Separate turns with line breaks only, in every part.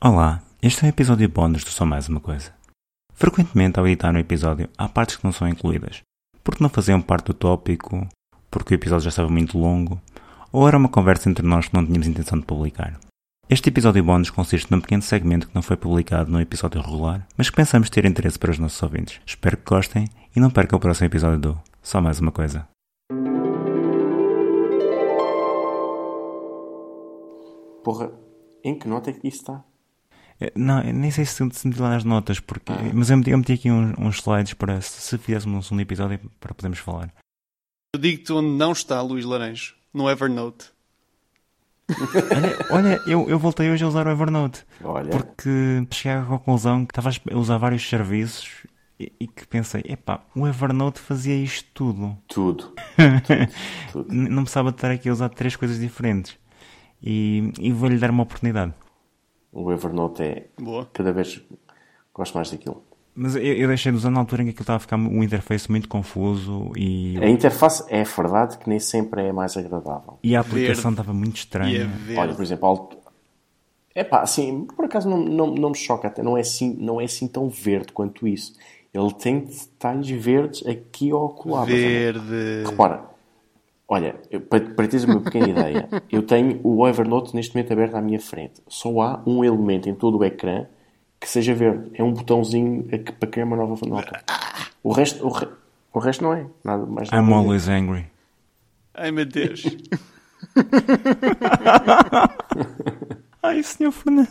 Olá, este é um episódio bónus do Só Mais Uma Coisa. Frequentemente, ao editar um episódio, há partes que não são incluídas, porque não faziam parte do tópico, porque o episódio já estava muito longo, ou era uma conversa entre nós que não tínhamos intenção de publicar. Este episódio bónus consiste num pequeno segmento que não foi publicado no episódio regular, mas que pensamos ter interesse para os nossos ouvintes. Espero que gostem e não percam o próximo episódio do Só Mais Uma Coisa.
Porra, em que nota é que isso está?
Eh, Não, eu nem sei se se meti lá nas notas, porque, mas eu meti, eu meti aqui uns, uns slides para se, se fizéssemos um segundo episódio para podermos falar.
Eu digo-te onde não está Luís Laranjo, no Evernote.
Olha, olha, eu, eu voltei hoje a usar o Evernote
Olha,
porque cheguei à conclusão que estava a usar vários serviços e, e que pensei, epá, o Evernote fazia isto tudo.
tudo. tudo.
N- Não precisava de estar aqui a usar três coisas diferentes. E, e vou-lhe dar uma oportunidade.
O Evernote é.
Boa.
Cada vez gosto mais daquilo.
Mas eu, eu deixei de usar na altura em que aquilo estava a ficar um interface muito confuso e,
A interface é verdade que nem sempre é a mais agradável.
e a aplicação
Verde.
estava muito
E é
estranha.
Olha,
verde.
por exemplo, alto... é pá, assim, por acaso não, não, não me choca, até não é, assim, não é assim tão verde quanto isso. Ele tem detalhes verdes aqui ou acolá. mas é olha,
Verde.
Eh, Repara, olha, eu- para, para teres uma pequena ideia, eu tenho o Evernote neste momento aberto à minha frente. Só há um elemento em todo o ecrã que seja verde. É um botãozinho a que- para criar uma nova nota. O resto, o, re- o resto não é. Nada mais nada
I'm
a ver.
always angry.
Ai meu Deus.
Ai, senhor Fernando.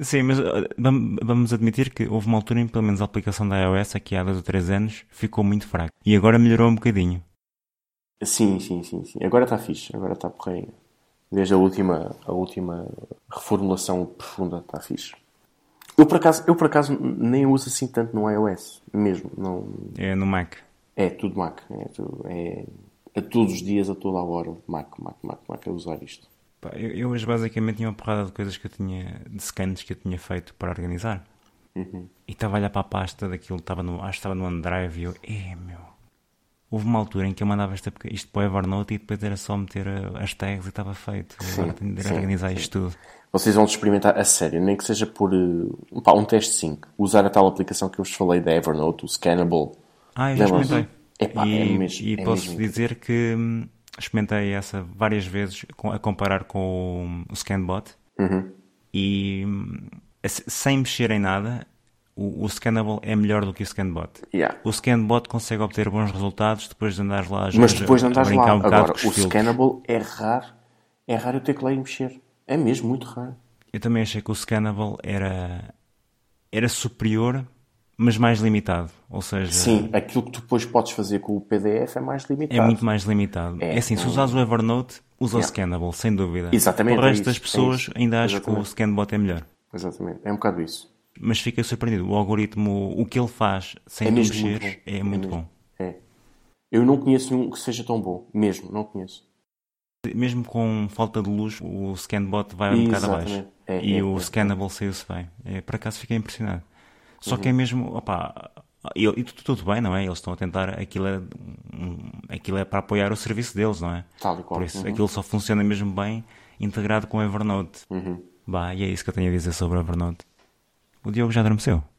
Sim, mas ah, vam- vamos admitir que houve uma altura em que pelo menos a aplicação da iOS aqui há dois ou três anos ficou muito fraca. E agora melhorou um bocadinho.
Sim, sim, sim, sim. Agora está fixe, agora está porreirinho. Desde a última, a última reformulação profunda está fixe. Eu por, acaso, eu por acaso nem uso assim tanto no iOS, mesmo. Não,
É no Mac.
é tudo Mac. É, tudo, é a todos os dias, a toda a hora, Mac, Mac, Mac, Mac, a usar isto.
Pá, Eu, eu hoje basicamente tinha uma porrada de coisas que eu tinha, de scans que eu tinha feito para organizar.
Uhum.
E estava a olhar para a pasta daquilo, estava no, acho que estava no OneDrive e eu, eh meu. Houve uma altura em que eu mandava esta, isto para o Evernote e depois era só meter ah, as tags e estava feito. Agora tenho de
sim,
organizar isto tudo.
Vocês vão experimentar a sério, nem que seja por eh, pá, um teste 5. Usar a tal aplicação que eu vos falei da Evernote, o Scannable.
Ah, eu já
Lembram-se?
experimentei.
Epá,
e
é mesmo,
e
é
posso
mesmo.
dizer que hum, experimentei essa várias vezes com- a comparar com o Scanbot
Uhum.
e hum, se- sem mexer em nada, o, o Scannable é melhor do que o Scanbot.
Yeah.
O Scanbot consegue obter bons resultados depois de andares lá a-
Mas
a-
depois não
a
estás lá.
brincar um bocado
Agora,
com os
o
filtros.
Scannable é raro. É raro eu ter que lá ir mexer. É mesmo muito raro.
Eu também achei que o Scannable era, era superior, mas mais limitado. Ou seja,
Sim, aquilo que tu depois podes fazer com o PDF é mais
É
limitado.
muito mais limitado. É,
É,
assim, se
não-
usares o Evernote, usa o
Yeah.
Scannable, sem dúvida.
Exatamente,
O
é
resto
isso,
das
é
pessoas
isso.
ainda acho que o
Exatamente.
Scanbot é melhor.
Exatamente, é um bocado isso.
Mas fiquei surpreendido. O algoritmo, o que ele faz sem
É
tu
mesmo muito
mexeres,
bom.
é
É
muito
mesmo.
bom.
É. Eu não conheço nenhum que seja tão bom. Mesmo, não conheço.
Mesmo com falta de luz, o Scanbot vai um bocado
Exatamente.
abaixo.
É,
e
é,
o
é.
Scannable saiu-se bem. É, por acaso fiquei impressionado. Só
Uhum.
que é mesmo, opá, e, e tu- tudo bem, não é? Eles estão a tentar, aquilo é, um- aquilo é para apoiar o serviço deles, não é?
Tal e qual.
Por isso,
Uhum.
aquilo só funciona mesmo bem integrado com o Evernote.
Uhum.
Bah, e é isso que eu tenho a dizer sobre o Evernote. O Diogo já adormeceu.